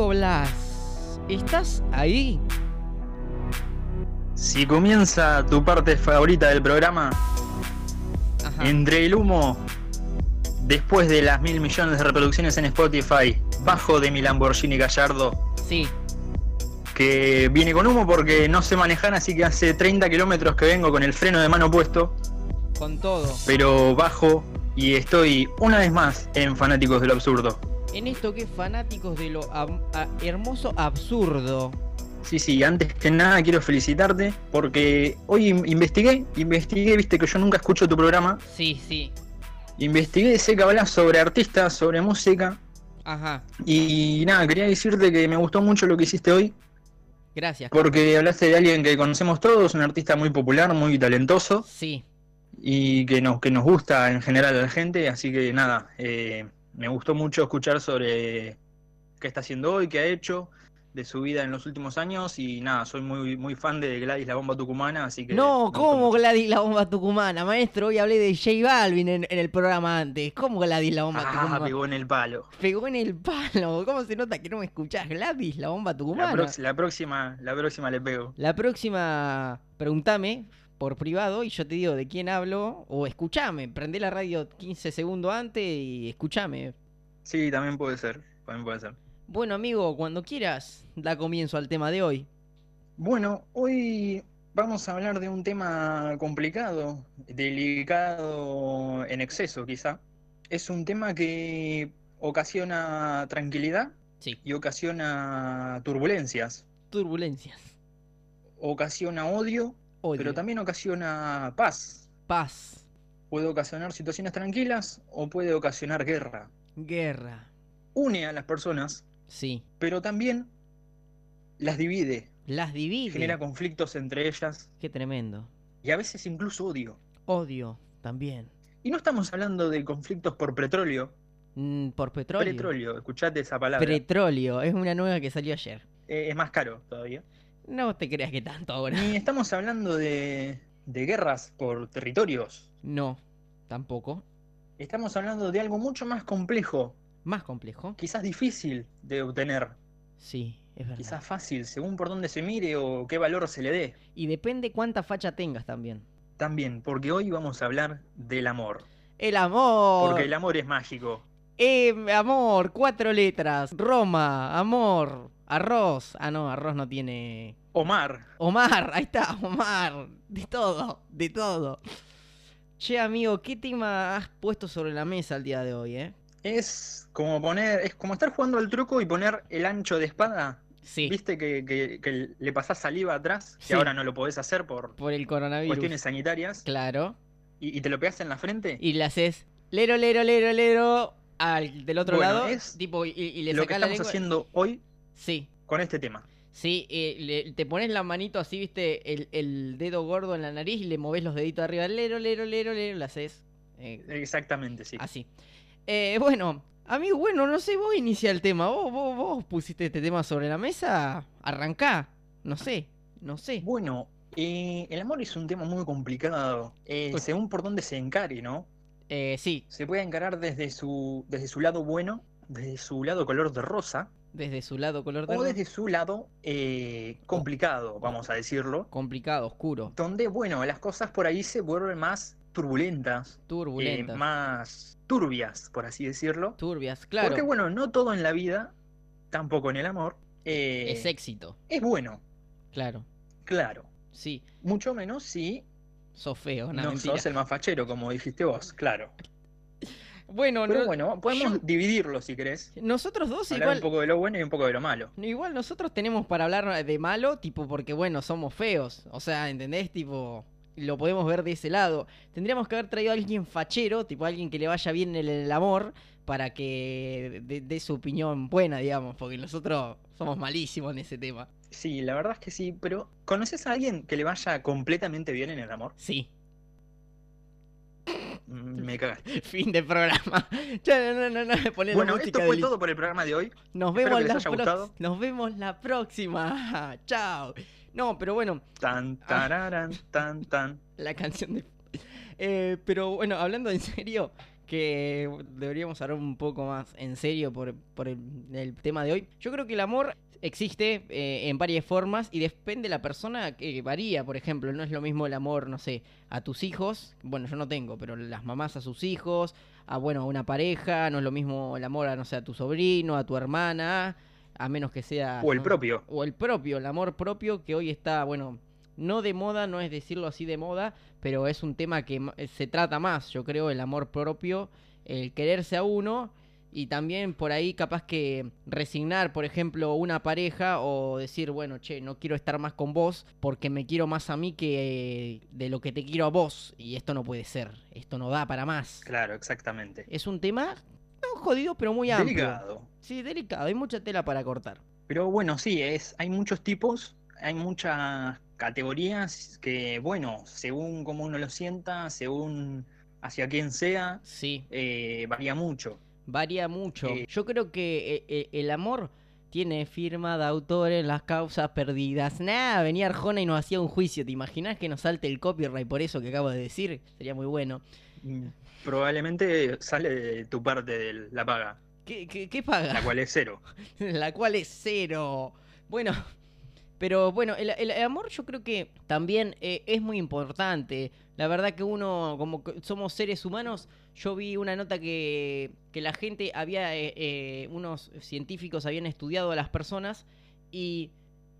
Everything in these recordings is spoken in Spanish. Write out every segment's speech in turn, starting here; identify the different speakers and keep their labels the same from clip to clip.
Speaker 1: Nicolás, ¿estás ahí?
Speaker 2: Si comienza tu parte favorita del programa,
Speaker 1: Ajá.
Speaker 2: entre el humo, después de las mil millones de reproducciones en Spotify, bajo de mi Lamborghini Gallardo,
Speaker 1: Sí,
Speaker 2: que viene con humo porque no sé manejar, así que hace 30 kilómetros que vengo con el freno de mano puesto,
Speaker 1: con todo.
Speaker 2: pero bajo y estoy una vez más en Fanáticos del Absurdo.
Speaker 1: En esto que fanáticos de lo ab- a- hermoso absurdo.
Speaker 2: Sí, sí, antes que nada quiero felicitarte porque hoy in- investigué, investigué, viste que yo nunca escucho tu programa,
Speaker 1: Sí, sí.
Speaker 2: investigué, sé que hablas sobre artistas, sobre música,
Speaker 1: Ajá.
Speaker 2: Y nada, quería decirte que me gustó mucho lo que hiciste hoy,
Speaker 1: Gracias.
Speaker 2: porque hablaste de alguien que conocemos todos, un artista muy popular, muy talentoso,
Speaker 1: Sí.
Speaker 2: y que nos, que nos gusta en general a la gente, así que nada, eh, me gustó mucho escuchar sobre qué está haciendo hoy, qué ha hecho, de su vida en los últimos años, y nada, soy muy, muy fan de Gladys la Bomba Tucumana, así que... me
Speaker 1: No,
Speaker 2: gustó
Speaker 1: ¿cómo
Speaker 2: mucho.
Speaker 1: Gladys la bomba tucumana? Maestro, hoy hablé de J Balvin en, en el programa antes. ¿Cómo Gladys la bomba
Speaker 2: Ah,
Speaker 1: tucumana? Pegó.
Speaker 2: pegó en el palo.
Speaker 1: en el palo. ¿Cómo se nota que no me escuchás, Gladys la bomba
Speaker 2: La,
Speaker 1: tucumana?
Speaker 2: prox- la próxima, la próxima le pego.
Speaker 1: La próxima, pregúntame por privado y yo te digo de quién hablo o escuchame, prendé la radio 15 segundos antes y escuchame.
Speaker 2: Sí, también puede ser, también puede ser.
Speaker 1: Bueno, amigo, cuando quieras, da comienzo al tema de hoy.
Speaker 2: Bueno, hoy vamos a hablar de un tema complicado, delicado en exceso quizá. Es un tema que ocasiona tranquilidad
Speaker 1: Sí,
Speaker 2: y ocasiona turbulencias,
Speaker 1: turbulencias,
Speaker 2: ocasiona odio,
Speaker 1: odio,
Speaker 2: pero también ocasiona paz.
Speaker 1: paz,
Speaker 2: Puede ocasionar situaciones tranquilas o puede ocasionar guerra.
Speaker 1: guerra.
Speaker 2: Une a las personas,
Speaker 1: Sí,
Speaker 2: pero también las divide,
Speaker 1: las divide.
Speaker 2: genera conflictos entre ellas
Speaker 1: Qué tremendo.
Speaker 2: y a veces incluso odio.
Speaker 1: Odio también.
Speaker 2: Y no estamos hablando de conflictos por petróleo.
Speaker 1: Mm, por petróleo.
Speaker 2: Petróleo, escuchate esa palabra.
Speaker 1: Petróleo, es una nueva que salió ayer.
Speaker 2: Eh, es más caro todavía.
Speaker 1: No te creas que tanto ahora.
Speaker 2: Ni estamos hablando de, de guerras por territorios.
Speaker 1: No, tampoco.
Speaker 2: Estamos hablando de algo mucho más complejo,
Speaker 1: Más complejo.
Speaker 2: quizás difícil de obtener,
Speaker 1: Sí, es verdad.
Speaker 2: quizás fácil, según por dónde se mire o qué valor se le dé.
Speaker 1: Y depende cuánta facha tengas también.
Speaker 2: También, porque hoy vamos a hablar del amor.
Speaker 1: El amor.
Speaker 2: Porque el amor es mágico.
Speaker 1: Eh, amor, cuatro letras. Roma, amor, arroz. Ah, no, arroz no tiene.
Speaker 2: Omar,
Speaker 1: Omar, ahí está, Omar. De todo, de todo. Che, amigo, ¿qué tema has puesto sobre la mesa el día de hoy, eh?
Speaker 2: es como poner, es como estar jugando al truco y poner el ancho de espada
Speaker 1: Sí.
Speaker 2: ¿Viste que, que- que le pasás saliva atrás?
Speaker 1: Sí.
Speaker 2: Que ahora no lo podés hacer por
Speaker 1: Por el coronavirus.
Speaker 2: cuestiones sanitarias.
Speaker 1: Claro.
Speaker 2: Y, y te lo pegás en la frente.
Speaker 1: Y le haces lero, lero, lero, lero al del otro
Speaker 2: Bueno,
Speaker 1: lado.
Speaker 2: es
Speaker 1: Tipo, y, y le
Speaker 2: lo que
Speaker 1: sacás la
Speaker 2: estamos
Speaker 1: lengua.
Speaker 2: haciendo hoy
Speaker 1: Sí.
Speaker 2: con este tema.
Speaker 1: Sí, eh, le- te pones la manito así, viste, el, el dedo gordo en la nariz y le moves los deditos arriba, lero, lero, lero, lero, le haces eh,
Speaker 2: Exactamente, sí.
Speaker 1: así. Eh, bueno, a mí, bueno, no sé, vos inicia el tema, vos, vos, vos pusiste este tema sobre la mesa, arrancá, no sé, no sé.
Speaker 2: Bueno, eh, el amor es un tema muy complicado. eh,
Speaker 1: Uy.
Speaker 2: según por dónde se encare, ¿no?
Speaker 1: Pues, Eh, sí,
Speaker 2: Se puede encarar desde su, desde su lado bueno, desde su lado color de rosa,
Speaker 1: desde su lado color de
Speaker 2: o
Speaker 1: rosa,
Speaker 2: desde su lado eh, complicado, vamos a decirlo.
Speaker 1: complicado, oscuro,
Speaker 2: Donde, bueno, las cosas por ahí se vuelven más turbulentas, eh,
Speaker 1: turbulento,
Speaker 2: más turbias, por así decirlo.
Speaker 1: turbias, claro,
Speaker 2: Porque bueno, no todo en la vida, tampoco en el amor, eh,
Speaker 1: es éxito,
Speaker 2: es bueno,
Speaker 1: claro,
Speaker 2: claro.
Speaker 1: sí,
Speaker 2: Mucho menos si
Speaker 1: sos feo, no,
Speaker 2: no,
Speaker 1: mentira.
Speaker 2: sos el más fachero, como dijiste vos, claro.
Speaker 1: Bueno,
Speaker 2: Pero
Speaker 1: no-
Speaker 2: bueno, podemos
Speaker 1: yo-
Speaker 2: dividirlo si querés.
Speaker 1: nosotros dos
Speaker 2: Hablar
Speaker 1: igual...
Speaker 2: un poco de lo bueno y un poco de lo malo.
Speaker 1: No, Igual nosotros tenemos para hablar de malo, tipo, porque bueno, somos feos. O sea, ¿entendés? Tipo, lo podemos ver de ese lado. Tendríamos que haber traído a alguien fachero, tipo, alguien que le vaya bien el, el amor, para que dé dé su opinión buena, digamos, porque nosotros somos malísimos en ese tema.
Speaker 2: Sí, la verdad es que sí, pero ¿conoces a alguien que le vaya completamente bien en el amor?
Speaker 1: Sí,
Speaker 2: Mm, Me cagaste.
Speaker 1: fin de programa. Ya, no, no, no, no, poné la
Speaker 2: Bueno,
Speaker 1: música
Speaker 2: esto
Speaker 1: de
Speaker 2: fue
Speaker 1: Lis-
Speaker 2: todo por el programa de hoy.
Speaker 1: Nos
Speaker 2: Espero
Speaker 1: vemos,
Speaker 2: que les
Speaker 1: la
Speaker 2: haya
Speaker 1: prox-
Speaker 2: gustado.
Speaker 1: Nos vemos la próxima. Chao. No, pero bueno,
Speaker 2: Tan,
Speaker 1: Ah.
Speaker 2: tararán, tan, tan.
Speaker 1: La canción de... Eh, pero bueno, hablando en serio, que deberíamos hablar un poco más en serio por, por el, el, tema de hoy. Yo creo que el amor existe eh, en varias formas y depende de la persona que varía, por ejemplo, no es lo mismo el amor, no sé, a tus hijos, bueno, yo no tengo, pero las mamás a sus hijos, a bueno, a una pareja, no es lo mismo el amor a no sé, a tu sobrino, a tu hermana, a menos que sea
Speaker 2: o el
Speaker 1: ¿no?
Speaker 2: propio.
Speaker 1: O el propio, el amor propio que hoy está, bueno, no de moda, no es decirlo así de moda, pero es un tema que se trata más, yo creo, el amor propio, el quererse a uno y también por ahí capaz que resignar, por ejemplo, una pareja o decir, bueno, che, no quiero estar más con vos porque me quiero más a mí que eh, de lo que te quiero a vos y esto no puede ser, esto no da para más.
Speaker 2: Claro, exactamente.
Speaker 1: Es un tema no jodido, pero muy amplio.
Speaker 2: Delicado.
Speaker 1: Sí, delicado, hay mucha tela para cortar.
Speaker 2: Pero bueno, sí, es hay muchos tipos, hay muchas categorías que, bueno, según como uno lo sienta, según hacia quién sea,
Speaker 1: sí.
Speaker 2: Eh, varía mucho.
Speaker 1: Varía mucho. Eh, Yo creo que eh, el amor tiene firma de autor en las causas perdidas. Nada, venía Arjona y nos hacía un juicio. ¿Te imaginas que nos salte el copyright por eso que acabo de decir? Sería muy bueno.
Speaker 2: Mm, Probablemente sale de tu parte de la paga.
Speaker 1: ¿Qué, qué, qué paga?
Speaker 2: La cual es cero.
Speaker 1: la cual es cero. Bueno, pero bueno, el, el, el, amor yo creo que también eh, es muy importante. La verdad que uno, como que somos seres humanos, yo vi una nota que, que la gente había, eh, eh, unos científicos habían estudiado a las personas y,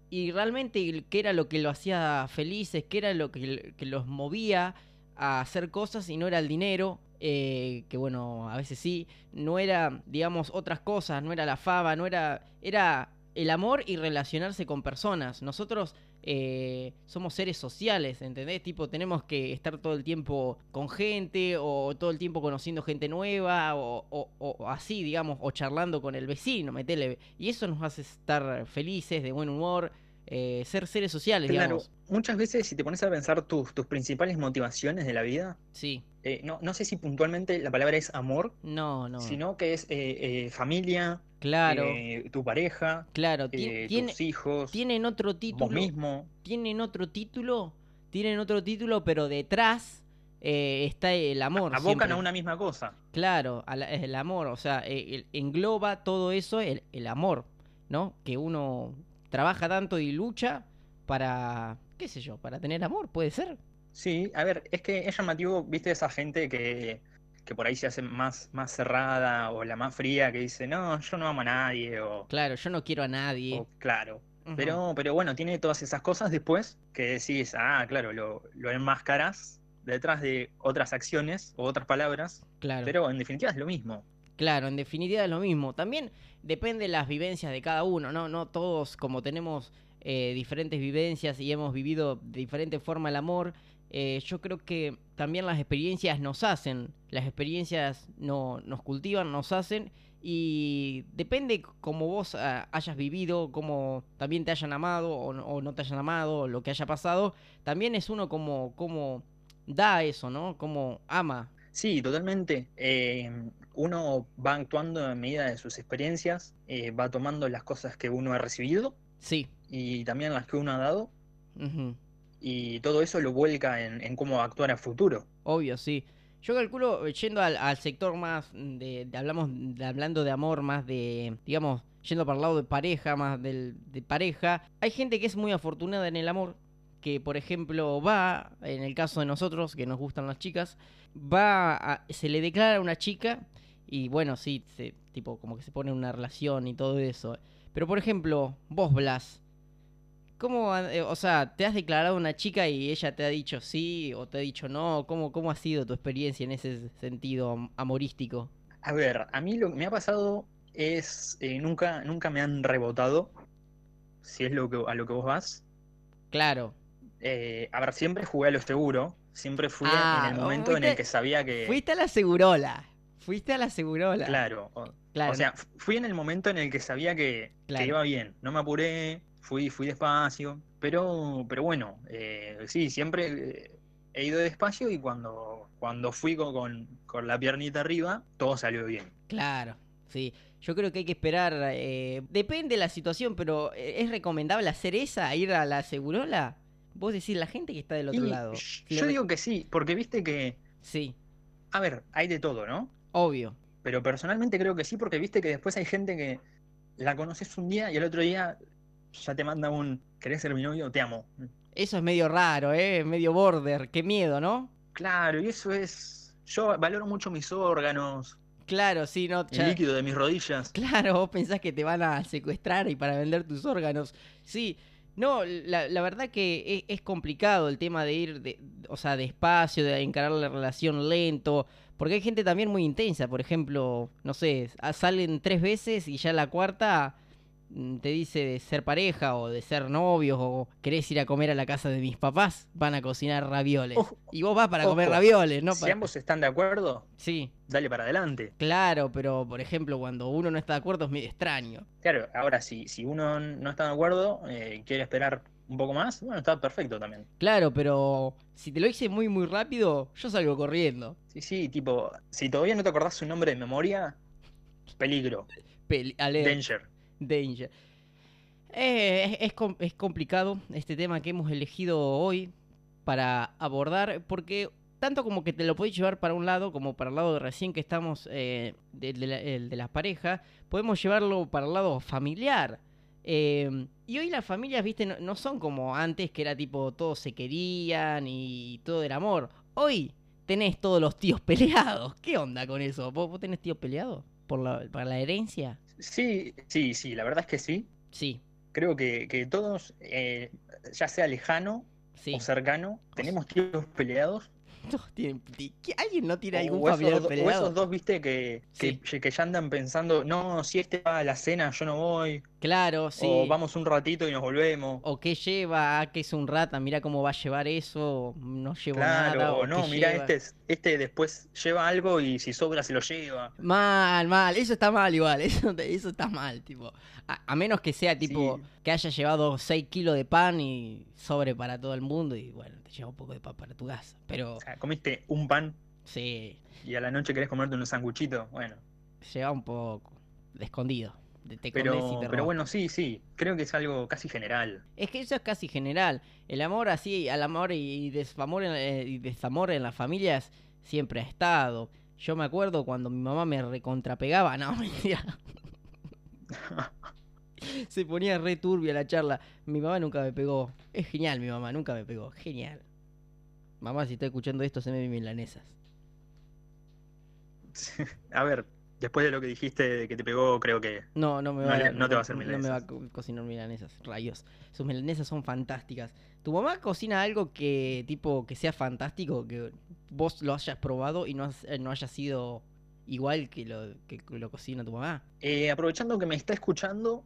Speaker 1: y, realmente qué era lo que lo hacía felices, qué era lo que, que los movía a hacer cosas y no era el dinero, eh, que bueno, a veces sí, no era, digamos, otras cosas, no era la fama, no era, era el amor y relacionarse con personas. Nosotros eh, somos seres sociales, ¿entendés? Tipo, tenemos que estar todo el tiempo con gente o todo el tiempo conociendo gente nueva o, o, o así, digamos, o charlando con el vecino, metele. Y eso nos hace estar felices, de buen humor. Eh, ser seres sociales,
Speaker 2: claro,
Speaker 1: digamos.
Speaker 2: muchas veces si te pones a pensar tus, tus principales motivaciones de la vida,
Speaker 1: sí.
Speaker 2: Eh, no, no sé si puntualmente la palabra es amor,
Speaker 1: no, no.
Speaker 2: sino que es eh, familia,
Speaker 1: claro,
Speaker 2: eh, tu pareja,
Speaker 1: claro,
Speaker 2: Tien,
Speaker 1: tus tiene,
Speaker 2: Eh, hijos,
Speaker 1: tienen otro título,
Speaker 2: vos mismo,
Speaker 1: tienen otro título, tienen otro título, pero detrás eh, está el amor.
Speaker 2: Abocan siempre. a una misma cosa.
Speaker 1: Claro, la, el amor, o sea, e, el, engloba todo eso el, el amor, ¿no? Que uno trabaja tanto y lucha para, qué sé yo, para tener amor, puede ser.
Speaker 2: Sí, a ver, es que es llamativo, viste, esa gente que, que por ahí se hace más, más cerrada o la más fría que dice, no, yo no amo a nadie o...
Speaker 1: Claro, yo no quiero a nadie.
Speaker 2: O, claro. Uh -huh. Pero, pero bueno, tiene todas esas cosas después que decís, ah, claro, lo, lo enmascaras detrás de otras acciones o otras palabras.
Speaker 1: Claro.
Speaker 2: Pero en definitiva es lo mismo.
Speaker 1: Claro, en definitiva es lo mismo. También depende de las vivencias de cada uno, ¿no? No todos, como tenemos eh, diferentes vivencias y hemos vivido de diferente forma el amor, eh, yo creo que también las experiencias nos hacen, las experiencias no, nos cultivan, nos hacen, y depende como vos ah, hayas vivido, como también te hayan amado o no, o no, te hayan amado, lo que haya pasado, también es uno como, como da eso, ¿no? Como ama.
Speaker 2: Sí, totalmente. Eh, uno va actuando en medida de sus experiencias, eh, va tomando las cosas que uno ha recibido.
Speaker 1: Sí.
Speaker 2: Y también las que uno ha dado.
Speaker 1: Uh -huh.
Speaker 2: Y todo eso lo vuelca en, en cómo va a actuar a futuro.
Speaker 1: Obvio, sí. Yo calculo, eh, yendo al, al sector más mm, de, de hablamos de, hablando de amor, más de, digamos, yendo para el lado de pareja, más del, de pareja, hay gente que es muy afortunada en el amor, que por ejemplo va, en el caso de nosotros, que nos gustan las chicas, va, a, se le declara a una chica y bueno, sí, se, tipo como que se pone en una relación y todo eso. Pero por ejemplo, vos Blas, ¿cómo, eh, o sea, te has declarado a una chica y ella te ha dicho sí o te ha dicho no? ¿Cómo, cómo ha sido tu experiencia en ese sentido amorístico?
Speaker 2: A ver, a mí lo que me ha pasado es, eh, nunca, nunca me han rebotado, si es lo que, a lo que vos vas.
Speaker 1: Claro,
Speaker 2: eh, a ver, siempre jugué a lo seguro. Siempre fui ah, en el momento en el que sabía que.
Speaker 1: oh, Fuiste a la segurola. Fuiste a la segurola.
Speaker 2: Eh. Claro. O, claro. o sea, fui en el momento en el que sabía que, claro. que, iba bien. No me apuré, fui, fui despacio. Pero, pero bueno, eh, sí, siempre eh, he ido despacio y cuando, cuando fui con, con, con, la piernita arriba, todo salió bien.
Speaker 1: Claro, sí. Yo creo que hay que esperar. Eh, depende de la situación, pero eh, ¿es recomendable hacer esa, ir a la segurola? vos decís la gente que está del otro y lado.
Speaker 2: Yo digo que sí, porque viste que.
Speaker 1: Sí.
Speaker 2: A ver, hay de todo, ¿no?
Speaker 1: Obvio.
Speaker 2: Pero personalmente creo que sí, porque viste que después hay gente que la conoces un día y el otro día ya te manda un ¿querés ser mi novio? Te amo.
Speaker 1: Eso es medio raro, ¿eh? Medio border. Qué miedo, ¿no?
Speaker 2: Claro, y eso es. Yo valoro mucho mis órganos,
Speaker 1: Claro, sí, no.
Speaker 2: el
Speaker 1: ya-
Speaker 2: líquido de mis rodillas.
Speaker 1: Claro, vos pensás que te van a secuestrar y para vender tus órganos. Sí, no, la, la verdad que e, es, es complicado el tema de ir, de- o sea, despacio, de encarar la relación lento, porque hay gente también muy intensa, por ejemplo, no sé, a- salen tres veces y ya la cuarta mm, te dice de ser pareja o de ser novios o querés ir a comer a la casa de mis papás, van a cocinar ravioles.
Speaker 2: Ojo.
Speaker 1: y vos vas para comer
Speaker 2: Ojo.
Speaker 1: ravioles, ¿no?
Speaker 2: si
Speaker 1: para-
Speaker 2: ambos están de acuerdo,
Speaker 1: Sí.
Speaker 2: dale para adelante.
Speaker 1: Claro, pero por ejemplo, cuando uno no está de acuerdo es medio extraño.
Speaker 2: Claro, ahora si, si uno no está de acuerdo, eh, quiere esperar un poco más, bueno, está perfecto también.
Speaker 1: Claro, pero si te lo hice muy muy rápido, yo salgo corriendo.
Speaker 2: Sí, sí, tipo, si todavía no te acordás su nombre de memoria, peligro,
Speaker 1: Peli- alert,
Speaker 2: danger.
Speaker 1: danger. Eh, es, es com- es complicado este tema que hemos elegido hoy para abordar, porque tanto como que te lo podés llevar para un lado, como para el lado de recién que estamos, eh, de, de la- el de las parejas, podemos llevarlo para el lado familiar. Eh, y hoy las familias, viste, no, no son como antes, que era tipo todos se querían y todo era amor. Hoy tenés todos los tíos peleados. ¿Qué onda con eso? ¿Vos, vos tenés tíos peleados? ¿Por la, ¿Para la herencia?
Speaker 2: Sí, sí, sí, la verdad es que sí.
Speaker 1: Sí,
Speaker 2: Creo que, que todos, eh, ya sea lejano
Speaker 1: sí.
Speaker 2: o cercano, tenemos tíos peleados.
Speaker 1: Todos tienen- ti- ¿qué- ¿Alguien no tiene algún
Speaker 2: o, esos,
Speaker 1: familiar
Speaker 2: do- o
Speaker 1: peleado?
Speaker 2: esos dos, viste, que, que- que ya andan pensando, no, si este va a la cena, yo no voy.
Speaker 1: Claro, sí.
Speaker 2: O vamos un ratito y nos volvemos.
Speaker 1: O qué lleva, ah, que es un rata, mira cómo va a llevar eso, no llevo nada.
Speaker 2: Claro, o
Speaker 1: qué
Speaker 2: no, mira,
Speaker 1: lleva.
Speaker 2: este, es- este después lleva algo y si sobra se lo lleva.
Speaker 1: Mal, mal, eso está mal igual, eso, eso está mal, tipo. A, a menos que sea tipo
Speaker 2: Sí.
Speaker 1: que haya llevado 6 kilos de pan y sobre para todo el mundo y bueno, te lleva un poco de pan para tu casa. Pero
Speaker 2: O sea, comiste un pan
Speaker 1: sí,
Speaker 2: y a la noche querés comerte un sanguchito, bueno.
Speaker 1: lleva un poco de escondido. de- te escondés y
Speaker 2: Pero,
Speaker 1: te
Speaker 2: pero
Speaker 1: robás.
Speaker 2: bueno, sí, sí, creo que es algo casi general.
Speaker 1: Es que eso es casi general. El amor así, al amor y desamor en, eh, y desamor en las familias siempre ha estado. Yo me acuerdo cuando mi mamá me recontrapegaba. No, mentira. Se ponía re turbia la charla. Mi mamá nunca me pegó. Es genial, mi mamá nunca me pegó. Genial. Mamá, si está escuchando esto, se me milanesas.
Speaker 2: A ver, después de lo que dijiste de que te pegó, creo que
Speaker 1: No, no me
Speaker 2: No
Speaker 1: va,
Speaker 2: le- no te va a hacer
Speaker 1: No me va a
Speaker 2: milanesas.
Speaker 1: co- cocinar milanesas, rayos. Sus milanesas son fantásticas. ¿Tu mamá cocina algo que tipo que sea fantástico, que vos lo hayas probado y no, has- eh, no haya sido igual que lo que lo cocina tu mamá?
Speaker 2: Eh, aprovechando que me está escuchando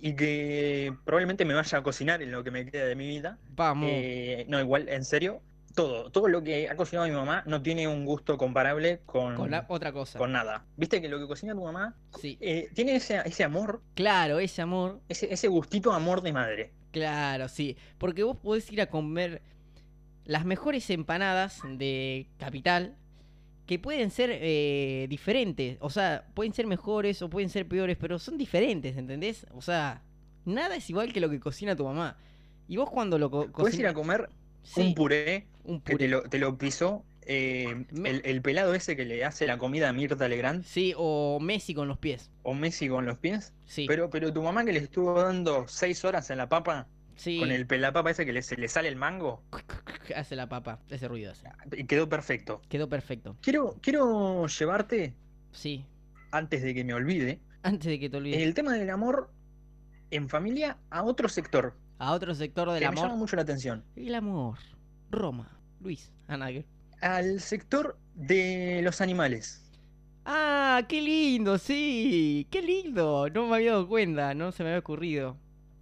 Speaker 2: y que probablemente me vaya a cocinar en lo que me queda de mi vida.
Speaker 1: Vamos.
Speaker 2: eh, no, igual, en serio, todo, todo lo que ha cocinado mi mamá no tiene un gusto comparable con,
Speaker 1: con la- otra cosa.
Speaker 2: con nada. Viste que lo que cocina tu mamá
Speaker 1: Sí.
Speaker 2: eh, tiene ese, ese amor,
Speaker 1: Claro, ese amor.
Speaker 2: ese, ese gustito amor de madre.
Speaker 1: Claro, sí. Porque vos podés ir a comer las mejores empanadas de Capital que pueden ser eh, diferentes. O sea, pueden ser mejores o pueden ser peores, pero son diferentes, ¿entendés? O sea, nada es igual que lo que cocina tu mamá. Y vos cuando lo co
Speaker 2: Puedes ir
Speaker 1: cocinas-
Speaker 2: a comer
Speaker 1: Sí,
Speaker 2: un puré
Speaker 1: un
Speaker 2: que te
Speaker 1: puré.
Speaker 2: lo, te lo pisó eh,
Speaker 1: Me-
Speaker 2: el, el pelado ese que le hace la comida a Mirta Legrand
Speaker 1: Sí, o Messi con los pies.
Speaker 2: o Messi con los pies.
Speaker 1: Sí,
Speaker 2: Pero, pero tu mamá que le estuvo dando seis horas en la papa
Speaker 1: sí.
Speaker 2: con el pelapapa ese que le, se le sale el mango
Speaker 1: Hace la papa, ese ruido hace.
Speaker 2: y quedó perfecto.
Speaker 1: Quedó perfecto.
Speaker 2: Quiero, quiero llevarte,
Speaker 1: Sí.
Speaker 2: antes de que me olvide,
Speaker 1: Antes de que te olvides.
Speaker 2: el tema del amor en familia a otro sector
Speaker 1: A otro sector del
Speaker 2: que me
Speaker 1: amor.
Speaker 2: llama mucho la atención.
Speaker 1: El amor. Roma. Luis. Anager.
Speaker 2: Al sector de los animales.
Speaker 1: Ah, qué lindo, sí. Qué lindo. No me había dado cuenta, no se me había ocurrido.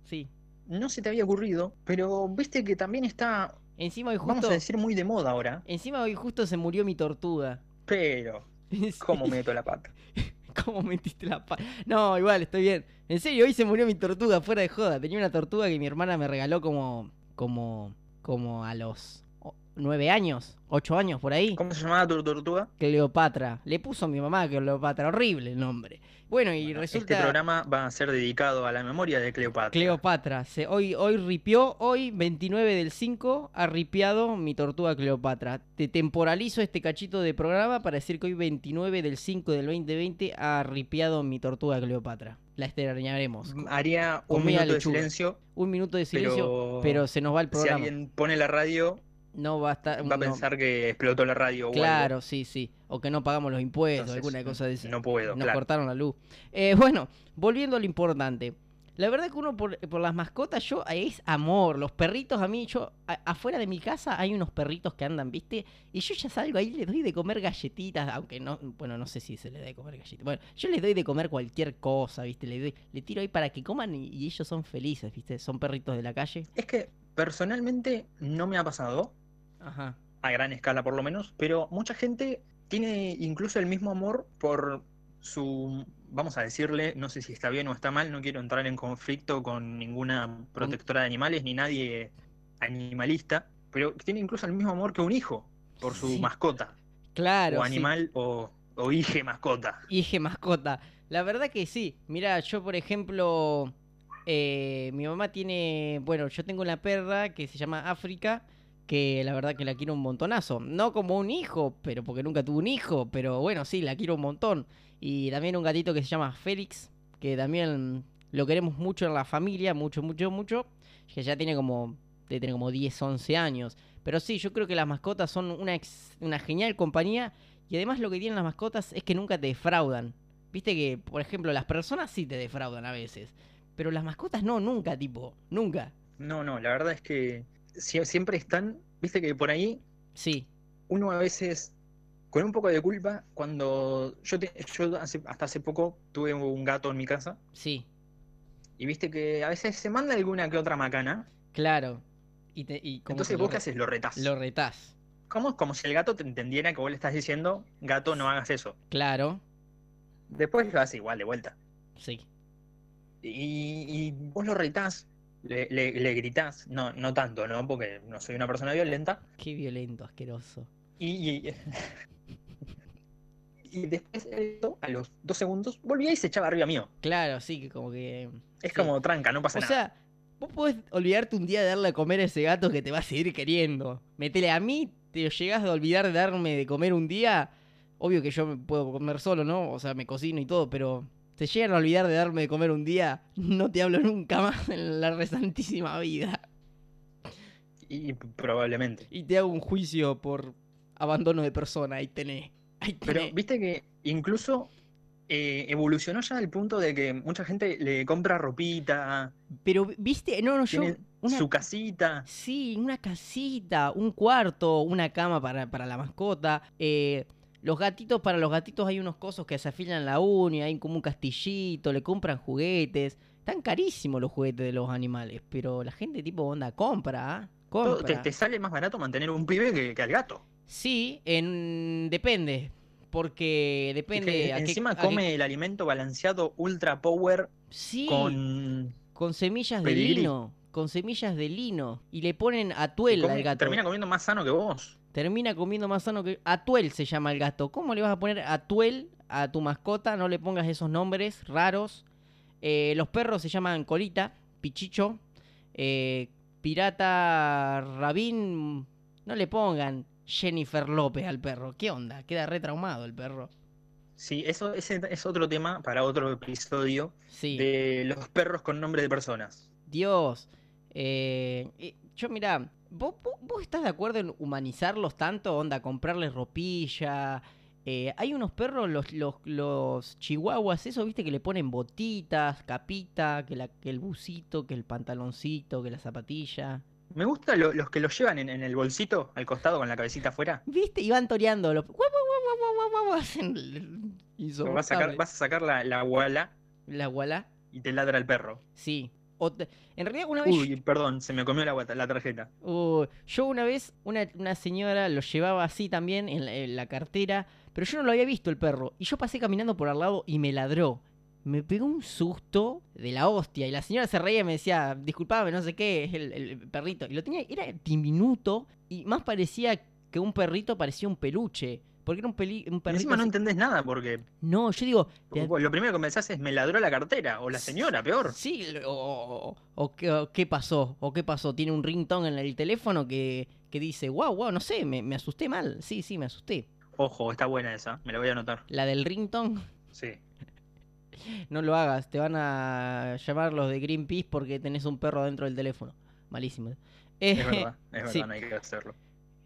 Speaker 1: Sí.
Speaker 2: No se te había ocurrido, pero viste que también está,
Speaker 1: Encima hoy
Speaker 2: vamos
Speaker 1: justo,
Speaker 2: a decir, muy de moda ahora.
Speaker 1: encima hoy justo se murió mi tortuga.
Speaker 2: Pero,
Speaker 1: Sí,
Speaker 2: ¿cómo meto la pata?
Speaker 1: ¿Cómo metiste la pata? No, igual, estoy bien. En serio, hoy se murió mi tortuga, fuera de joda. Tenía una tortuga que mi hermana me regaló como como como a los o- nueve años, ocho años por ahí.
Speaker 2: ¿Cómo se llamaba tu tortuga?
Speaker 1: Cleopatra. Le puso a mi mamá Cleopatra, horrible el nombre. Bueno, y
Speaker 2: Bueno,
Speaker 1: resulta.
Speaker 2: Este programa va a ser dedicado a la memoria de Cleopatra.
Speaker 1: Cleopatra. Se, hoy, hoy ripió, hoy 29 del 5 ha ripiado mi tortuga Cleopatra. Te temporalizo este cachito de programa para decir que hoy 29 del 5 del 2020 ha ripiado mi tortuga Cleopatra. La extrañaremos.
Speaker 2: Haría un
Speaker 1: Comía
Speaker 2: minuto de
Speaker 1: lechuga.
Speaker 2: silencio,
Speaker 1: Un minuto de silencio,
Speaker 2: Mm, pero,
Speaker 1: pero, se nos va el
Speaker 2: si
Speaker 1: programa.
Speaker 2: alguien pone la radio,
Speaker 1: No va a estar...
Speaker 2: va
Speaker 1: no.
Speaker 2: a pensar que explotó la radio. o algo.
Speaker 1: Claro, sí, sí. O que no pagamos los impuestos,
Speaker 2: Entonces,
Speaker 1: alguna cosa de esa.
Speaker 2: No puedo,
Speaker 1: Nos
Speaker 2: claro.
Speaker 1: cortaron la luz. Eh, bueno, volviendo a lo importante. La verdad que uno por, por las mascotas, yo eh, es amor. Los perritos a mí, yo, a- afuera de mi casa hay unos perritos que andan, ¿viste? Y yo ya salgo ahí, les doy de comer galletitas, aunque no, bueno, no sé si se les da de comer galletitas. Bueno, yo les doy de comer cualquier cosa, ¿viste? Le, doy, le tiro ahí para que coman y, y ellos son felices, ¿viste? Son perritos de la calle.
Speaker 2: Es que personalmente no me ha pasado,
Speaker 1: Ajá.
Speaker 2: a gran escala por lo menos, pero mucha gente tiene incluso el mismo amor por su, vamos a decirle, no sé si está bien o está mal, no quiero entrar en conflicto con ninguna protectora de animales ni nadie animalista, pero tiene incluso el mismo amor que un hijo por su
Speaker 1: Sí.
Speaker 2: mascota,
Speaker 1: Claro.
Speaker 2: o
Speaker 1: sí.
Speaker 2: animal o, o hije mascota.
Speaker 1: Hije mascota. La verdad que sí. Mira, yo por ejemplo, eh, mi mamá tiene, bueno, yo tengo una perra que se llama África, que la verdad que la quiero un montonazo. No como un hijo, pero porque nunca tuvo un hijo, pero bueno, sí, la quiero un montón. Y también un gatito que se llama Félix, que también lo queremos mucho en la familia, mucho, mucho, mucho, que ya tiene como, debe tener como 10, 11 años. Pero sí, yo creo que las mascotas son una, ex- una genial compañía y además lo que tienen las mascotas es que nunca te defraudan. Viste que, por ejemplo, las personas sí te defraudan a veces. Pero las mascotas no, nunca, tipo. Nunca.
Speaker 2: No, no, la verdad es que sie- siempre están, viste que por ahí
Speaker 1: Sí.
Speaker 2: uno a veces, con un poco de culpa, cuando yo, te- yo hace- hasta hace poco tuve un gato en mi casa
Speaker 1: Sí.
Speaker 2: y viste que a veces se manda alguna que otra macana,
Speaker 1: Claro. Y, te, y como
Speaker 2: entonces
Speaker 1: que lo
Speaker 2: vos qué
Speaker 1: re-
Speaker 2: haces, lo retás.
Speaker 1: Lo retás.
Speaker 2: Como, como si el gato te entendiera que vos le estás diciendo, gato, no hagas eso.
Speaker 1: Claro.
Speaker 2: Después lo hace igual, de vuelta.
Speaker 1: Sí.
Speaker 2: Y, y vos lo retás, le, le- le gritás, no, no tanto, ¿no? Porque no soy una persona violenta.
Speaker 1: Qué violento, asqueroso.
Speaker 2: Y, y- y después de eso, a los dos segundos, volvía y se echaba arriba mío.
Speaker 1: Claro, sí, que como que.
Speaker 2: Es
Speaker 1: Sí.
Speaker 2: como tranca, no pasa
Speaker 1: O
Speaker 2: nada.
Speaker 1: sea, vos podés olvidarte un día de darle a comer a ese gato que te va a seguir queriendo. Metele a mí, te llegas a olvidar de darme de comer un día. Obvio que yo me puedo comer solo, ¿no? O sea, me cocino y todo, pero te llegan a olvidar de darme de comer un día, no te hablo nunca más en la resantísima vida.
Speaker 2: Y probablemente.
Speaker 1: Y te hago un juicio por abandono de persona, ahí tenés. Ahí
Speaker 2: Pero
Speaker 1: tenés.
Speaker 2: viste que incluso eh, evolucionó ya al punto de que mucha gente le compra ropita,
Speaker 1: Pero, viste, no, no, yo.
Speaker 2: tiene
Speaker 1: una-
Speaker 2: su casita.
Speaker 1: Sí, una casita, un cuarto, una cama para, para la mascota. eh, los gatitos, para los gatitos hay unos cosos que se afilan la uña, hay como un castillito, le compran juguetes. Están carísimos los juguetes de los animales, pero la gente tipo onda compra, ¿ah?
Speaker 2: Todo- te,
Speaker 1: compra.
Speaker 2: te sale más barato mantener un pibe que, que al gato.
Speaker 1: Sí, en... depende, porque
Speaker 2: Y
Speaker 1: depende.
Speaker 2: que
Speaker 1: a qué- a
Speaker 2: encima
Speaker 1: qué-
Speaker 2: come el alimento balanceado ultra power
Speaker 1: Sí.
Speaker 2: con.
Speaker 1: con semillas de
Speaker 2: pedigrí.
Speaker 1: lino, con semillas de lino y le ponen
Speaker 2: y
Speaker 1: atuel
Speaker 2: come-
Speaker 1: al gato.
Speaker 2: termina comiendo más sano que vos.
Speaker 1: Termina comiendo más sano que. Atuel se llama el gato. ¿Cómo le vas a poner Atuel a tu mascota? No le pongas esos nombres raros. Eh, los perros se llaman Colita, Pichicho, eh, Pirata, Rabín. No le pongan Jennifer López al perro. ¿Qué onda? Queda re traumado el perro.
Speaker 2: Sí, eso ese es otro tema para otro episodio
Speaker 1: Sí.
Speaker 2: de los perros con nombre de personas.
Speaker 1: Dios. Eh, eh, yo, mirá, ¿vos, vos, vos estás de acuerdo en humanizarlos tanto? Onda, comprarles ropilla. Eh, hay unos perros, los, los, los chihuahuas, eso, viste, que le ponen botitas, capita, que, la, que el busito, que el pantaloncito, que la zapatilla.
Speaker 2: Me gusta lo- los que los llevan en, en el bolsito, al costado, con la cabecita afuera.
Speaker 1: ¿Viste? Y van toreando. Los... guau, guau, guau, guau, guau, guau, hacen el-
Speaker 2: Vas a sacar,
Speaker 1: insoportable.
Speaker 2: vas a sacar la, la guala
Speaker 1: La guala.
Speaker 2: y te ladra el perro.
Speaker 1: Sí. O te- En realidad, una vez. yo-
Speaker 2: Uy, perdón, se me comió la, guata- la tarjeta.
Speaker 1: Uh, yo una vez, una, una señora lo llevaba así también en la, en la cartera, pero yo no lo había visto el perro. Y yo pasé caminando por al lado y me ladró. me pegó un susto de la hostia. Y la señora se reía y me decía, disculpame, no sé qué, es el, el perrito. Y lo tenía, era diminuto y más parecía que un perrito parecía un peluche. Porque era un, peli, un perrito.
Speaker 2: Encima no
Speaker 1: así-
Speaker 2: entendés nada porque
Speaker 1: No, yo digo. te-
Speaker 2: lo primero que pensás es me ladró la cartera o la señora, peor.
Speaker 1: Sí, lo- o, o- o qué- o qué pasó, o qué pasó. Tiene un ringtone en el teléfono que, que dice, wow, wow, no sé, me, me asusté mal. Sí, sí, me asusté.
Speaker 2: Ojo, está buena esa, me la voy a anotar.
Speaker 1: La del ringtone,
Speaker 2: Sí.
Speaker 1: no lo hagas, te van a llamar los de Greenpeace porque tenés un perro dentro del teléfono. Malísimo. Eh,
Speaker 2: Es verdad, es verdad,
Speaker 1: sí.
Speaker 2: no hay que hacerlo.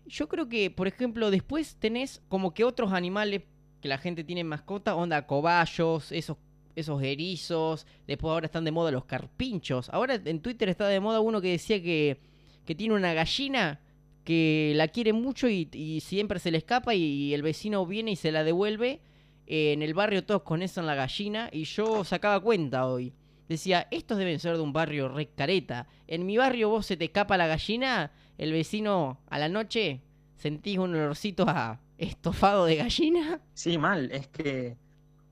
Speaker 1: Yo creo que, por ejemplo, después tenés como que otros animales que la gente tiene en mascota, onda cobayos, esos, esos erizos, después ahora están de moda los carpinchos. Ahora en Twitter está de moda uno que decía que, que tiene una gallina que la quiere mucho y, y siempre se le escapa y el vecino viene y se la devuelve. Eh, en el barrio todos con eso en la gallina y yo sacaba cuenta hoy. Decía, estos deben ser de un barrio re careta. En mi barrio vos se te escapa la gallina, el vecino a la noche sentís un olorcito a estofado de gallina.
Speaker 2: Sí, mal, es que.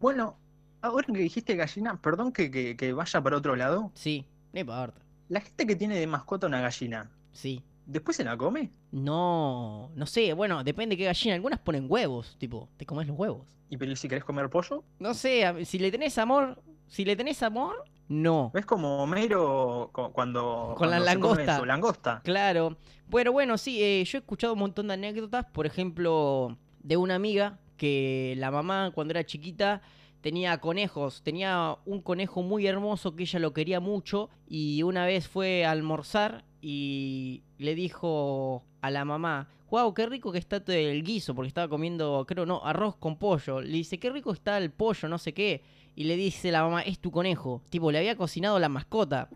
Speaker 2: Bueno, ahora que dijiste gallina, perdón que, que- que vaya para otro lado.
Speaker 1: Sí, no importa.
Speaker 2: La gente que tiene de mascota una gallina,
Speaker 1: Sí.
Speaker 2: ¿después se la come?
Speaker 1: No, no sé, bueno, depende qué gallina. Algunas ponen huevos, tipo, te comes los huevos.
Speaker 2: ¿Y pero ¿y si querés comer pollo?
Speaker 1: No sé, a- si le tenés amor, si le tenés amor, no.
Speaker 2: ¿Ves como Homero co- cuando.
Speaker 1: Con la
Speaker 2: cuando se come
Speaker 1: langosta.
Speaker 2: su langosta.
Speaker 1: Claro. Bueno, bueno, sí, eh, yo he escuchado un montón de anécdotas, por ejemplo, de una amiga que la mamá cuando era chiquita tenía conejos, tenía un conejo muy hermoso que ella lo quería mucho y una vez fue a almorzar y le dijo a la mamá, wow, qué rico que está el guiso, porque estaba comiendo, creo, no, arroz con pollo. Le dice, qué rico está el pollo, no sé qué. Y le dice la mamá, es tu conejo. Tipo, le había cocinado la mascota.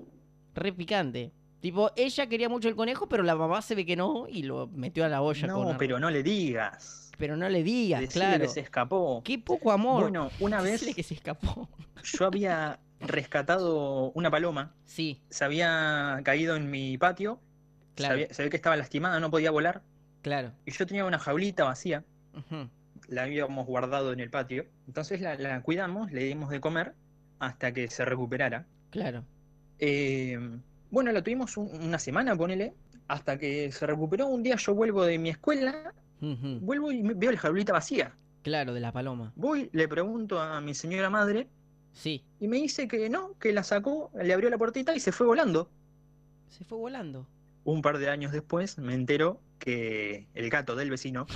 Speaker 1: Re picante. Tipo, ella quería mucho el conejo, pero la mamá se ve que no y lo metió a la olla con
Speaker 2: No,
Speaker 1: arroz.
Speaker 2: pero no le digas.
Speaker 1: Pero no le digas,
Speaker 2: Decile
Speaker 1: claro.
Speaker 2: que se escapó.
Speaker 1: Qué poco amor.
Speaker 2: Bueno, una vez
Speaker 1: Decile que se escapó.
Speaker 2: yo había rescatado una paloma.
Speaker 1: Sí,
Speaker 2: se había caído en mi patio, se,
Speaker 1: Claro.
Speaker 2: había- se ve que estaba lastimada, no podía volar,
Speaker 1: claro.
Speaker 2: y yo tenía una jaulita vacía,
Speaker 1: Ujú.
Speaker 2: la habíamos guardado en el patio, entonces la, la cuidamos, le dimos de comer hasta que se recuperara.
Speaker 1: Claro.
Speaker 2: Eh, bueno, la tuvimos un- una semana, ponele, hasta que se recuperó. Un día yo vuelvo de mi escuela,
Speaker 1: Ujú.
Speaker 2: vuelvo y me- veo la jaulita vacía.
Speaker 1: Claro, de la paloma.
Speaker 2: Voy, le pregunto a mi señora madre
Speaker 1: Sí.
Speaker 2: y me dice que no, que la sacó, le abrió la puertita y se fue volando.
Speaker 1: Se fue volando.
Speaker 2: Un par de años después me entero que el gato del vecino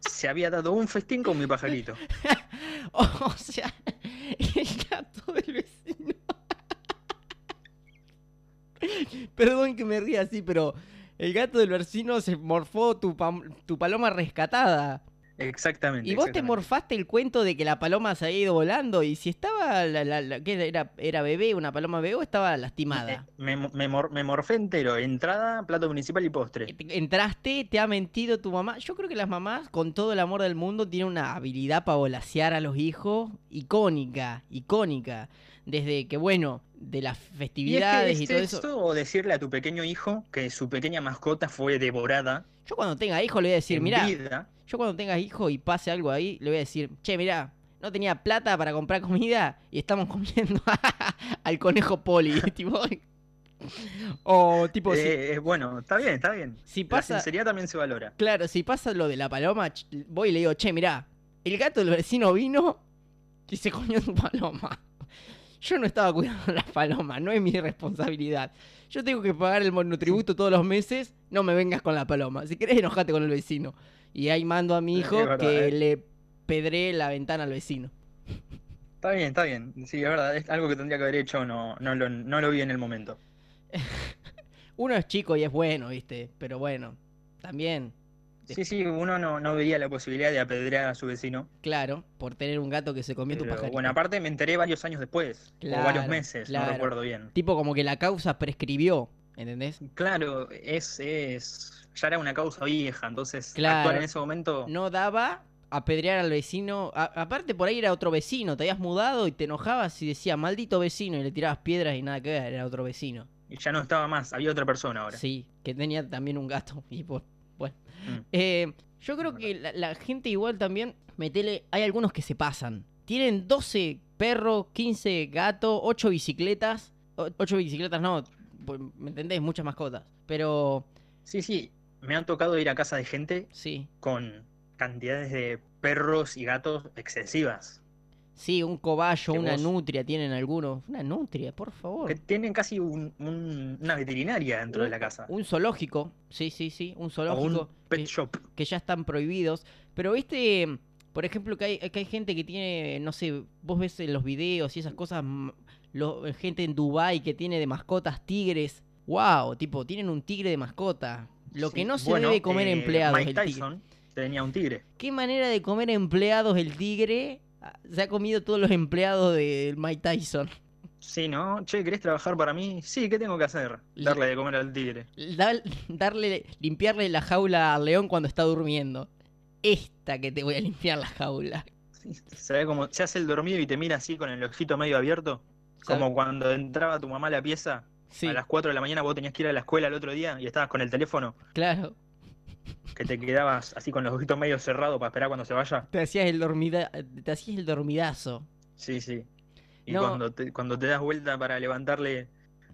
Speaker 2: se había dado un festín con mi pajarito.
Speaker 1: o sea, el gato del vecino. Perdón que me ría así, pero el gato del vecino se morfó tu, pam- tu paloma rescatada.
Speaker 2: Exactamente.
Speaker 1: Y vos te
Speaker 2: exactamente.
Speaker 1: morfaste el cuento de que la paloma se había ido volando y si estaba, la, la- la- ¿qué era? ¿Era bebé, una paloma bebé o estaba lastimada?
Speaker 2: Me, me mor- me morfé entero, entrada, plato principal y postre.
Speaker 1: Te- Entraste, te ha mentido tu mamá. Yo creo que las mamás, con todo el amor del mundo, tienen una habilidad para volasear a los hijos icónica, icónica. Desde que, bueno, de las
Speaker 2: Y es
Speaker 1: festividades y,
Speaker 2: que es
Speaker 1: todo eso.
Speaker 2: esto o decirle a tu pequeño hijo que su pequeña mascota fue devorada
Speaker 1: Yo cuando tenga hijos le voy a decir,
Speaker 2: en
Speaker 1: mirá,
Speaker 2: vida.
Speaker 1: yo cuando tenga hijos y pase algo ahí, le voy a decir, che, mirá, no tenía plata para comprar comida y estamos comiendo al conejo poli. tipo. o tipo, si-
Speaker 2: Eh, eh, bueno, está bien, está bien.
Speaker 1: si,
Speaker 2: La
Speaker 1: pasa...
Speaker 2: sinceridad también se valora.
Speaker 1: Claro, si pasa lo de la paloma, ch- voy y le digo, che, mirá, el gato del vecino vino y se comió tu paloma. Yo no estaba cuidando la paloma, no es mi responsabilidad. Yo tengo que pagar el monotributo todos los meses, no me vengas con la paloma. Si querés, enojate con el vecino. Y ahí mando a mi
Speaker 2: Es
Speaker 1: hijo
Speaker 2: verdad,
Speaker 1: que
Speaker 2: eh.
Speaker 1: le pedré la ventana al vecino.
Speaker 2: Está bien, está bien. Sí, es verdad, es algo que tendría que haber hecho, no, no, lo, no lo vi en el momento.
Speaker 1: Uno es chico y es bueno, viste, pero bueno, también,
Speaker 2: Sí, sí, uno no, no veía la posibilidad de apedrear a su vecino.
Speaker 1: claro, por tener un gato que se comió tu
Speaker 2: Pero,
Speaker 1: pajarito.
Speaker 2: bueno, aparte me enteré varios años después, o varios
Speaker 1: Claro,
Speaker 2: meses,
Speaker 1: claro.
Speaker 2: no recuerdo bien.
Speaker 1: Tipo como que la causa prescribió, ¿entendés?
Speaker 2: Claro, es, es ya era una causa vieja, entonces
Speaker 1: Claro.
Speaker 2: actuar en ese momento
Speaker 1: no daba apedrear al vecino. A- aparte, por ahí era otro vecino. Te habías mudado y te enojabas y decías, maldito vecino, y le tirabas piedras y nada que ver, era otro vecino.
Speaker 2: ya no estaba más, había otra persona ahora.
Speaker 1: Sí, que tenía también un gato. Y pues, bueno.
Speaker 2: Mm.
Speaker 1: Eh, yo creo que la, la gente igual también, metele, hay algunos que se pasan. Tienen 12 perros, 15 gatos, 8 bicicletas. 8 bicicletas no, pues, ¿me entendés? Muchas mascotas. Pero
Speaker 2: Sí, sí, me han tocado ir a casa de gente
Speaker 1: sí,
Speaker 2: con cantidades de perros y gatos excesivas,
Speaker 1: sí, un cobayo,
Speaker 2: Que
Speaker 1: una
Speaker 2: vos-
Speaker 1: nutria tienen algunos. Una nutria, por favor.
Speaker 2: que tienen casi un- un- una veterinaria dentro de la casa,
Speaker 1: Un zoológico, sí, sí, sí, un
Speaker 2: o
Speaker 1: zoológico.
Speaker 2: un pet
Speaker 1: que-
Speaker 2: shop.
Speaker 1: que ya están prohibidos. Pero viste, por ejemplo, que hay, que hay gente que tiene, no sé, vos ves en los videos y esas cosas, mm, lo- gente en Dubai que tiene de mascotas tigres. ¡Wow! Tipo, tienen un tigre de mascota. Lo que
Speaker 2: Sí,
Speaker 1: no se
Speaker 2: bueno,
Speaker 1: debe comer
Speaker 2: eh,
Speaker 1: empleados.
Speaker 2: Mike
Speaker 1: el tigre.
Speaker 2: Tyson tenía un tigre.
Speaker 1: ¿Qué manera de comer empleados el tigre? Ah, Se ha comido todos los empleados de Mike Tyson.
Speaker 2: Sí, ¿no? Che, ¿querés trabajar para mí? Sí, ¿qué tengo que hacer? Darle de comer al tigre.
Speaker 1: Da- darle, limpiarle la jaula al león cuando está durmiendo. Esta que te voy a limpiar la jaula.
Speaker 2: Sí, Se ve como, se hace el dormido y te mira así con el ojito medio abierto,
Speaker 1: ¿Sabes?
Speaker 2: como cuando entraba tu mamá a la pieza
Speaker 1: Sí,
Speaker 2: a las 4 de la mañana, vos tenías que ir a la escuela el otro día y estabas con el teléfono,
Speaker 1: claro.
Speaker 2: que te quedabas así con los ojitos medio cerrados para esperar cuando se vaya.
Speaker 1: Te hacías el, dormida, te hacías el dormidazo.
Speaker 2: Sí, sí. Y
Speaker 1: No.
Speaker 2: cuando, te, cuando te das vuelta para levantarle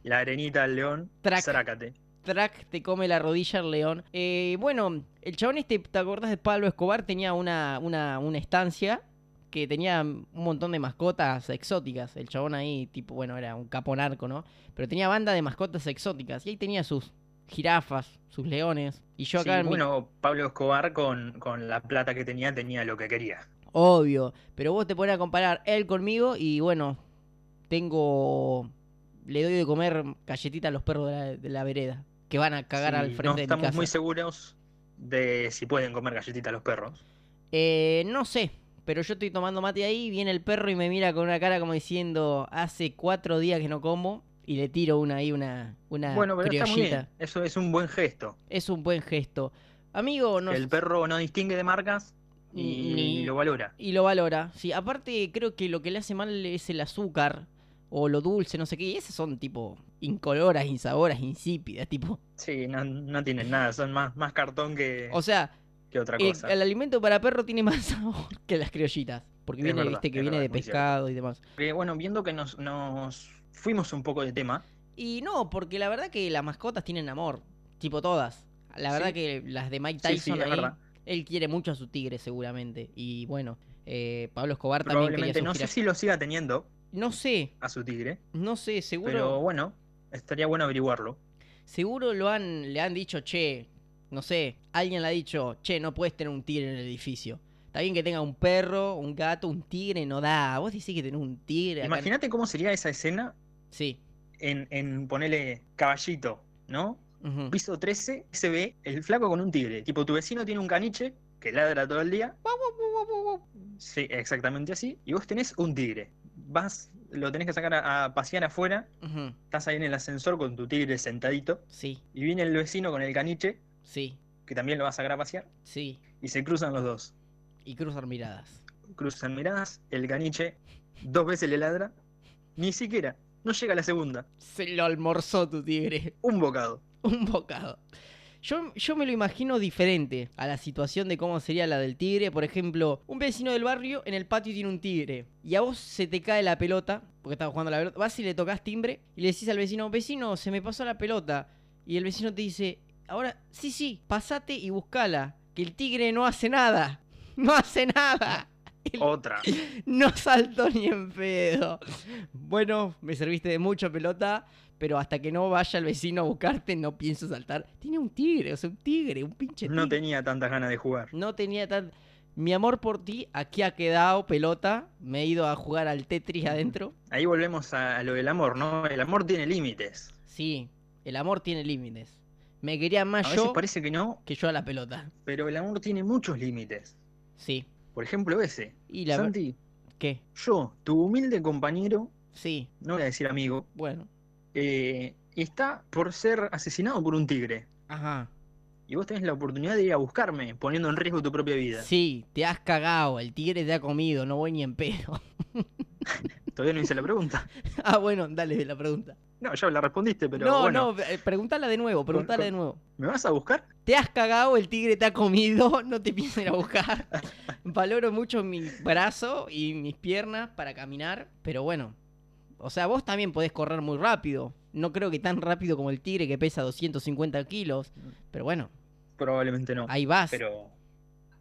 Speaker 2: la arenita al león,
Speaker 1: Trac.
Speaker 2: sácate.
Speaker 1: Track te come la rodilla el león. Eh, bueno, el chabón este, ¿te acordás de Pablo Escobar? Tenía una, una, una estancia que tenía un montón de mascotas exóticas. El chabón ahí, tipo, bueno, era un caponarco, ¿no? Pero tenía banda de mascotas exóticas. Y ahí tenía sus jirafas, sus leones. Y yo
Speaker 2: Sí,
Speaker 1: acá, en mi-
Speaker 2: bueno, Pablo Escobar con, con la plata que tenía, tenía lo que quería.
Speaker 1: obvio. Pero vos te pones a comparar él conmigo y bueno, tengo... Le doy de comer galletita a los perros de la, de la vereda. Que van a cagar
Speaker 2: Sí,
Speaker 1: al
Speaker 2: no
Speaker 1: frente de mi
Speaker 2: estamos
Speaker 1: casa.
Speaker 2: muy seguros de si pueden comer galletitas los perros.
Speaker 1: Eh, no sé, pero yo estoy tomando mate ahí, viene el perro y me mira con una cara como diciendo, hace cuatro días que no como, y le tiro una ahí, una, una
Speaker 2: bueno, pero está muy bien.
Speaker 1: criollita.
Speaker 2: Eso es un buen gesto.
Speaker 1: Es un buen gesto. Amigo, no
Speaker 2: El perro no distingue de marcas y
Speaker 1: Ni-
Speaker 2: lo valora.
Speaker 1: Y lo valora. Sí, aparte creo que lo que le hace mal es el azúcar o lo dulce, no sé qué. Y esas son tipo incoloras, insaboras, insípidas, tipo.
Speaker 2: Sí, no, no tienen nada, son más, más cartón que,
Speaker 1: O sea,
Speaker 2: que otra
Speaker 1: el,
Speaker 2: cosa.
Speaker 1: el alimento para perro tiene más sabor que las criollitas. Porque
Speaker 2: Es
Speaker 1: viene,
Speaker 2: verdad,
Speaker 1: viste, que
Speaker 2: es
Speaker 1: viene
Speaker 2: verdad,
Speaker 1: de
Speaker 2: es muy cierto.
Speaker 1: pescado y demás.
Speaker 2: Que, Eh, bueno, viendo que nos, nos fuimos un poco de tema,
Speaker 1: Y no, porque la verdad que las mascotas tienen amor, tipo todas. La
Speaker 2: Sí.
Speaker 1: verdad que las de Mike
Speaker 2: Sí,
Speaker 1: Tyson
Speaker 2: sí, es
Speaker 1: ahí,
Speaker 2: verdad.
Speaker 1: él quiere mucho a su tigre seguramente. Y bueno, eh, Pablo Escobar también quería
Speaker 2: probablemente
Speaker 1: su
Speaker 2: no sé
Speaker 1: jirafa.
Speaker 2: si lo siga teniendo
Speaker 1: No sé,
Speaker 2: a su tigre,
Speaker 1: no sé, seguro,
Speaker 2: pero bueno, estaría bueno averiguarlo.
Speaker 1: seguro lo han, le han dicho, che, no sé, alguien le ha dicho, che, no puedes tener un tigre en el edificio. Está bien que tenga un perro, un gato, un tigre, no da. Vos decís que tenés un tigre. acá en-
Speaker 2: Imagínate cómo sería esa escena
Speaker 1: Sí.
Speaker 2: en, en ponerle caballito, ¿no?
Speaker 1: ujú.
Speaker 2: Piso 13 se ve el flaco con un tigre. Tipo, tu vecino tiene un caniche que ladra todo el día. Sí, exactamente así. Y vos tenés un tigre. Vas, lo tenés que sacar a, a pasear afuera.
Speaker 1: Ujú,
Speaker 2: Estás ahí en el ascensor con tu tigre sentadito.
Speaker 1: Sí,
Speaker 2: Y viene el vecino con el caniche,
Speaker 1: sí,
Speaker 2: que también lo va a sacar a pasear.
Speaker 1: sí.
Speaker 2: Y se cruzan los dos.
Speaker 1: Y cruzar miradas.
Speaker 2: Cruzan miradas, el caniche dos veces le ladra. Ni siquiera. No llega a la segunda.
Speaker 1: Se lo almorzó tu tigre.
Speaker 2: Un bocado.
Speaker 1: Un bocado. Yo, yo me lo imagino diferente a la situación de cómo sería la del tigre. Por ejemplo, un vecino del barrio en el patio tiene un tigre. Y a vos se te cae la pelota, porque estabas jugando a la pelota. Vas y le tocas timbre y le decís al vecino, vecino, se me pasó la pelota. Y el vecino te dice, ahora sí, sí, pasate y buscala. Que el tigre no hace nada. No hace nada.
Speaker 2: Otra.
Speaker 1: No salto ni en pedo. Bueno, me serviste de mucha pelota, pero hasta que no vaya el vecino a buscarte no pienso saltar. Tiene un tigre, o sea, un tigre, un pinche tigre.
Speaker 2: No tenía tantas ganas de jugar.
Speaker 1: No tenía tan... Mi amor por ti aquí ha quedado pelota. Me he ido a jugar al Tetris adentro.
Speaker 2: Ahí volvemos a a lo del amor, ¿no? El amor tiene límites.
Speaker 1: Sí, el amor tiene límites. Me quería más
Speaker 2: A veces
Speaker 1: Ah, yo
Speaker 2: parece que no,
Speaker 1: que yo a la pelota.
Speaker 2: pero el amor tiene muchos límites.
Speaker 1: Sí.
Speaker 2: Por ejemplo, ese.
Speaker 1: Y la verdad...
Speaker 2: Santi,
Speaker 1: ¿Qué?
Speaker 2: yo, tu humilde compañero,
Speaker 1: Sí,
Speaker 2: no voy a decir amigo,
Speaker 1: bueno.
Speaker 2: eh, está por ser asesinado por un tigre.
Speaker 1: Ajá.
Speaker 2: Y vos tenés la oportunidad de ir a buscarme, poniendo en riesgo tu propia vida.
Speaker 1: Sí, te has cagado, el tigre te ha comido, no voy ni en pedo.
Speaker 2: Todavía no hice la pregunta.
Speaker 1: Ah, bueno, dale la pregunta.
Speaker 2: No, ya la respondiste, pero
Speaker 1: no,
Speaker 2: bueno.
Speaker 1: no, eh, pregúntala de nuevo, pregúntala
Speaker 2: con-
Speaker 1: de nuevo.
Speaker 2: ¿Me vas a buscar?
Speaker 1: Te has cagado, el tigre te ha comido, no te pienses ir a buscar. Valoro mucho mi brazo y mis piernas para caminar, pero bueno. O sea, vos también podés correr muy rápido. No creo que tan rápido como el tigre que pesa 250 kilos, pero bueno,
Speaker 2: Probablemente no.
Speaker 1: ahí vas.
Speaker 2: Pero,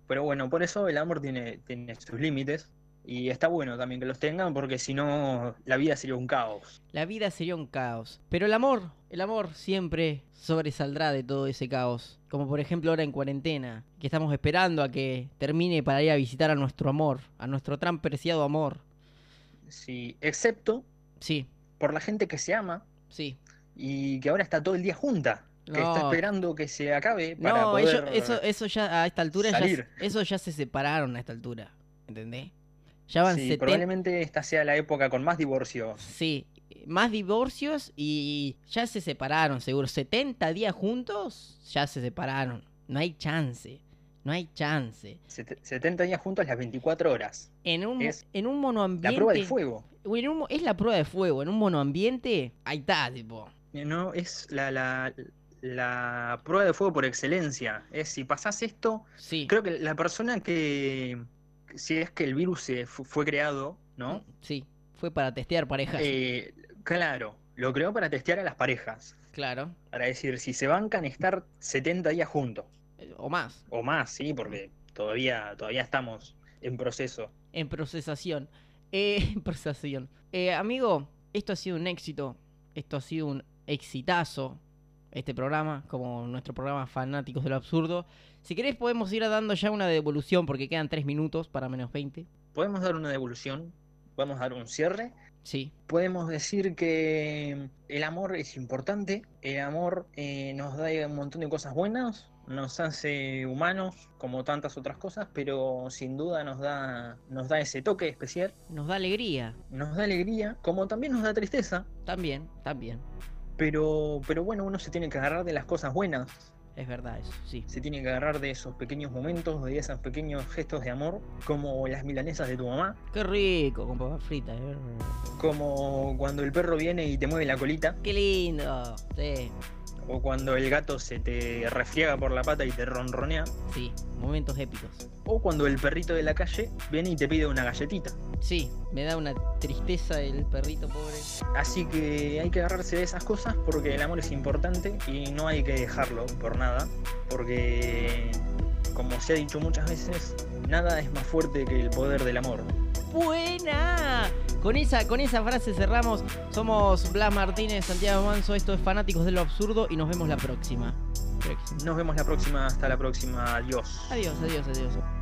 Speaker 2: pero bueno, por eso el amor tiene, tiene sus límites. Y está bueno también que los tengan, porque si no, la vida sería un caos.
Speaker 1: La vida sería un caos. Pero el amor, el amor siempre sobresaldrá de todo ese caos. Como por ejemplo ahora en cuarentena, que estamos esperando a que termine para ir a visitar a nuestro amor, a nuestro tan preciado amor.
Speaker 2: Sí, excepto
Speaker 1: Sí,
Speaker 2: por la gente que se ama
Speaker 1: sí.
Speaker 2: y que ahora está todo el día junta, que está
Speaker 1: No.
Speaker 2: esperando que se acabe para
Speaker 1: No,
Speaker 2: poder...
Speaker 1: ellos- eso, eso ya a esta altura,
Speaker 2: salir.
Speaker 1: ya, eso ya se separaron a esta altura. ¿Entendés? Ya van
Speaker 2: Sí,
Speaker 1: 70.
Speaker 2: probablemente esta sea la época con más divorcios.
Speaker 1: Sí, más divorcios y ya se separaron, seguro. 70 días juntos, ya se separaron. No hay chance. No hay chance.
Speaker 2: Set- 70 días juntos las 24 horas.
Speaker 1: En un,
Speaker 2: Es
Speaker 1: en un
Speaker 2: La
Speaker 1: monoambiente.
Speaker 2: prueba del fuego.
Speaker 1: o en un mo- es la prueba de fuego. En un monoambiente, ahí está, tipo.
Speaker 2: Eh, No, es la, la, la prueba de fuego por excelencia. Es si pasás esto,
Speaker 1: Sí.
Speaker 2: creo que la persona que, si es que el virus se fu- fue creado, ¿no?
Speaker 1: Sí. Fue para testear parejas.
Speaker 2: Eh, claro, lo creó para testear a las parejas.
Speaker 1: Claro.
Speaker 2: Para decir, si se bancan estar 70 días juntos,
Speaker 1: Eh, O más.
Speaker 2: o más, ¿sí? Porque todavía, todavía estamos en proceso.
Speaker 1: En procesación. Eh, en procesación. Eh, amigo, esto ha sido un éxito. Esto ha sido un exitazo. Este programa, como nuestro programa Fanáticos de lo Absurdo. Si querés, podemos ir dando ya una devolución porque quedan 3 minutos para menos 20.
Speaker 2: Podemos dar una devolución, podemos dar un cierre,
Speaker 1: Sí.
Speaker 2: podemos decir que mm, el amor es importante, el amor eh, nos da un montón de cosas buenas, nos hace humanos como tantas otras cosas, pero sin duda nos da, nos da ese toque especial,
Speaker 1: Nos da alegría.
Speaker 2: nos da alegría, como también nos da tristeza,
Speaker 1: También, también.
Speaker 2: pero, pero bueno, uno se tiene que agarrar de las cosas buenas,
Speaker 1: Es verdad eso, sí.
Speaker 2: se tiene que agarrar de esos pequeños momentos, de esos pequeños gestos de amor, como las milanesas de tu mamá,
Speaker 1: Qué rico con papas fritas. eh.
Speaker 2: como cuando el perro viene y te mueve la colita.
Speaker 1: Qué lindo. Sí,
Speaker 2: O cuando el gato se te refriega por la pata y te ronronea.
Speaker 1: sí, momentos épicos.
Speaker 2: O cuando el perrito de la calle viene y te pide una galletita.
Speaker 1: Sí, me da una tristeza el perrito pobre.
Speaker 2: Así que hay que agarrarse de esas cosas porque el amor es importante y no hay que dejarlo por nada. Porque, como se ha dicho muchas veces, nada es más fuerte que el poder del amor.
Speaker 1: Buena. Con esa, con esa frase cerramos. Somos Blas Martínez, Santiago Manso. Esto es Fanáticos de lo Absurdo y nos vemos la próxima. Próxima.
Speaker 2: Nos vemos la próxima. Hasta la próxima. Adiós.
Speaker 1: Adiós, adiós, adiós.